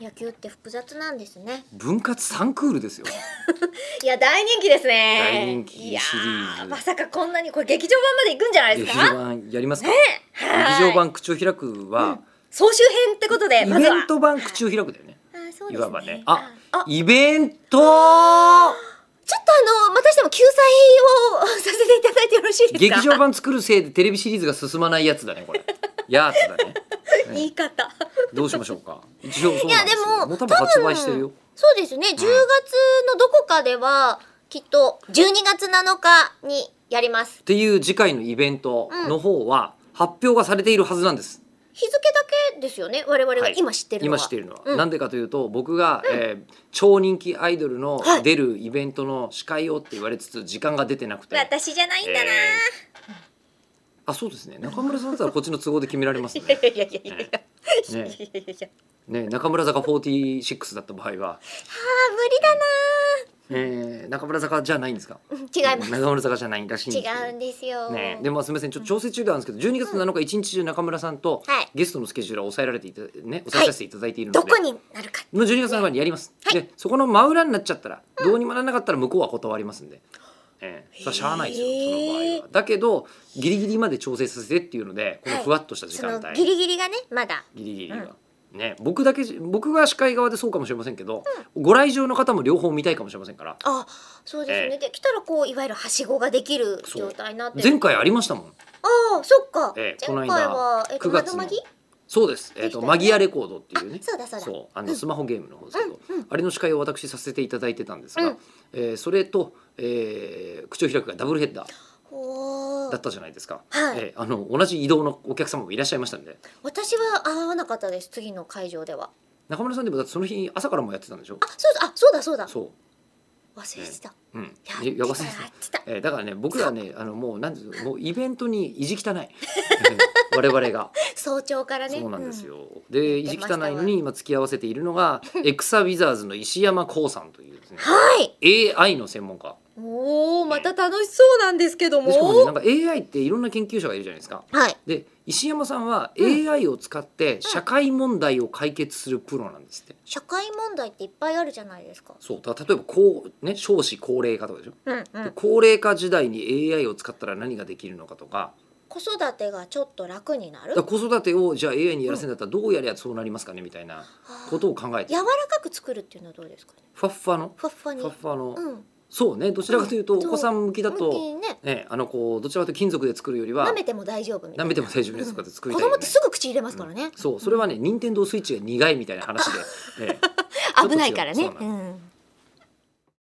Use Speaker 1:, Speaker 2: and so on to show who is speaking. Speaker 1: 野球って複雑なんですね
Speaker 2: 分割三クールですよ
Speaker 1: いや大人気ですね
Speaker 2: 大人気シリーズ
Speaker 1: いやまさかこんなにこれ劇場版まで行くんじゃない です
Speaker 2: 劇
Speaker 1: か
Speaker 2: 場版やりますか、
Speaker 1: はい
Speaker 2: 劇場版口を開くは、
Speaker 1: 総集編ってことで
Speaker 2: イ
Speaker 1: まずは
Speaker 2: ベント版口を開くだよね、
Speaker 1: あそう
Speaker 2: い
Speaker 1: です
Speaker 2: わ
Speaker 1: ね
Speaker 2: ばね
Speaker 1: あ
Speaker 2: あ
Speaker 1: あ
Speaker 2: イベント
Speaker 1: ちょっとあのまたしても救済をさせていただいてよろしいですか
Speaker 2: 劇場版作るせいでテレビシリーズが進まないやつだねこれやつだね
Speaker 1: 言い方
Speaker 2: どうしましょうか一応そう
Speaker 1: いや
Speaker 2: なん
Speaker 1: で
Speaker 2: ですよ
Speaker 1: も
Speaker 2: もう多分発売してるよ
Speaker 1: そうですね10月のどこかではきっと12月7日にやります
Speaker 2: っていう次回のイベントの方は発表がされているはずなんです、
Speaker 1: 日付だけですよね我々が
Speaker 2: はい
Speaker 1: 今知ってるのは、
Speaker 2: 今知っているのは、
Speaker 1: うん
Speaker 2: なんでかというと僕が、えー超人気アイドルの
Speaker 1: はい
Speaker 2: 出るイベントの司会をって言われつつ時間が出てなくて、
Speaker 1: 私じゃないんだな、
Speaker 2: えーあそうですね中村さんだったらこっちの都合で決められますね
Speaker 1: いやいやいやいやいや、
Speaker 2: ね
Speaker 1: いやいやいや
Speaker 2: ね中村坂46だった場
Speaker 1: あ
Speaker 2: 合は、
Speaker 1: ー無理だな
Speaker 2: えー中村坂じゃないんですか
Speaker 1: ー、うん違います
Speaker 2: 中村坂じゃないらしいんですけど
Speaker 1: 違うんですよ、
Speaker 2: ね、でもすみませんちょっと調整中ではあるんですけど12月7日一日中中村さんと
Speaker 1: はい
Speaker 2: ゲストのスケジュールを抑えられていた、ね、抑えさせていただいているので、
Speaker 1: どこになるか
Speaker 2: もう12月7日にやります、
Speaker 1: はい
Speaker 2: でそこの真裏になっちゃったら、どうにもならなかったら向こうは断りますんで、ええそれはしゃあないですよ
Speaker 1: へ
Speaker 2: そ
Speaker 1: え
Speaker 2: の場合はだけどギリギリまで調整させてっていうのでこの
Speaker 1: はい
Speaker 2: ふわっとした時
Speaker 1: そ
Speaker 2: 間
Speaker 1: の
Speaker 2: 帯、
Speaker 1: ギリギリがねまだ
Speaker 2: ギリギリが、ね僕だけじ僕が司会側でそうかもしれませんけど、ご来場の方も両方見たいかもしれませんから
Speaker 1: あそうですね、
Speaker 2: ええ
Speaker 1: できたらこういわゆるはしごができる
Speaker 2: そう
Speaker 1: 状態になってる
Speaker 2: 前回ありましたもん
Speaker 1: ああそっか、
Speaker 2: ええ
Speaker 1: 前回は
Speaker 2: この間
Speaker 1: えっと
Speaker 2: 9
Speaker 1: 窓
Speaker 2: 月の
Speaker 1: まぎ
Speaker 2: そうです、え
Speaker 1: で
Speaker 2: っ
Speaker 1: きた
Speaker 2: と
Speaker 1: よね
Speaker 2: マギアレコードっていうね
Speaker 1: あそうだそうだ
Speaker 2: そうあのスマホゲームの方ですけど、あれの司会を私させていただいてたんですが、
Speaker 1: うん
Speaker 2: えーそれと、えー口を開くがダブルヘッダー
Speaker 1: おー
Speaker 2: だったじゃないですか、
Speaker 1: はい
Speaker 2: えーあの同じ移動のお客様もいらっしゃいましたんで
Speaker 1: 私は会わなかったです次の会場では
Speaker 2: 中村さんでもだってその日朝からもやってたんでしょ
Speaker 1: あそうだあそうだそうだ
Speaker 2: そ
Speaker 1: 忘れてた、
Speaker 2: ううん
Speaker 1: やっ
Speaker 2: い
Speaker 1: て
Speaker 2: や
Speaker 1: た
Speaker 2: 忘
Speaker 1: やっ
Speaker 2: れてた
Speaker 1: てた
Speaker 2: えーだからね僕らねあのもうなんていうのもうイベントに意地 汚いえー我々が
Speaker 1: 早朝からね
Speaker 2: そうなんです
Speaker 1: う
Speaker 2: よ、で意地汚いのに今付き合わせている のがエクサウィザーズの石山光さんというですね
Speaker 1: んはい
Speaker 2: AI の専門家
Speaker 1: おおまた楽しそうなんですけども
Speaker 2: でしかもねなんか AI っていろんな研究者がいるじゃないですか
Speaker 1: はい
Speaker 2: で石山さんは
Speaker 1: うん
Speaker 2: AI を使って社会問題を解決するプロなんですって、
Speaker 1: 社会問題っていっぱいあるじゃないですか
Speaker 2: そうだから例えばこうね少子高齢化とかでしょ、
Speaker 1: うんう
Speaker 2: で
Speaker 1: ん
Speaker 2: 高齢化時代に AI を使ったら何ができるのかとか
Speaker 1: 子育てがちょっと楽になる
Speaker 2: だから子育てをじゃあ AI にやらせるんだったらどうやりゃそうなりますかねみたいなことを考えて
Speaker 1: 柔
Speaker 2: る
Speaker 1: らかく作るっていうのはどうですかね
Speaker 2: ファッファの
Speaker 1: ふわっふわに
Speaker 2: ファッファの、
Speaker 1: うん
Speaker 2: そうねどちらかというと
Speaker 1: う
Speaker 2: お
Speaker 1: んそう
Speaker 2: 子さん向きだ
Speaker 1: 本当
Speaker 2: と、
Speaker 1: にね
Speaker 2: ね、あのこうどちらかというと金属で作るよりは
Speaker 1: 舐めても大丈夫みた
Speaker 2: 舐
Speaker 1: いな
Speaker 2: めても大丈夫ですとかで作り
Speaker 1: 子
Speaker 2: たいよ
Speaker 1: 供
Speaker 2: ね
Speaker 1: ってすぐ口入れますからね
Speaker 2: そうそれはね任天堂スイッチが苦いみたいな話で、ええちょっと違う
Speaker 1: 危ないからね
Speaker 2: そう
Speaker 1: う
Speaker 2: なん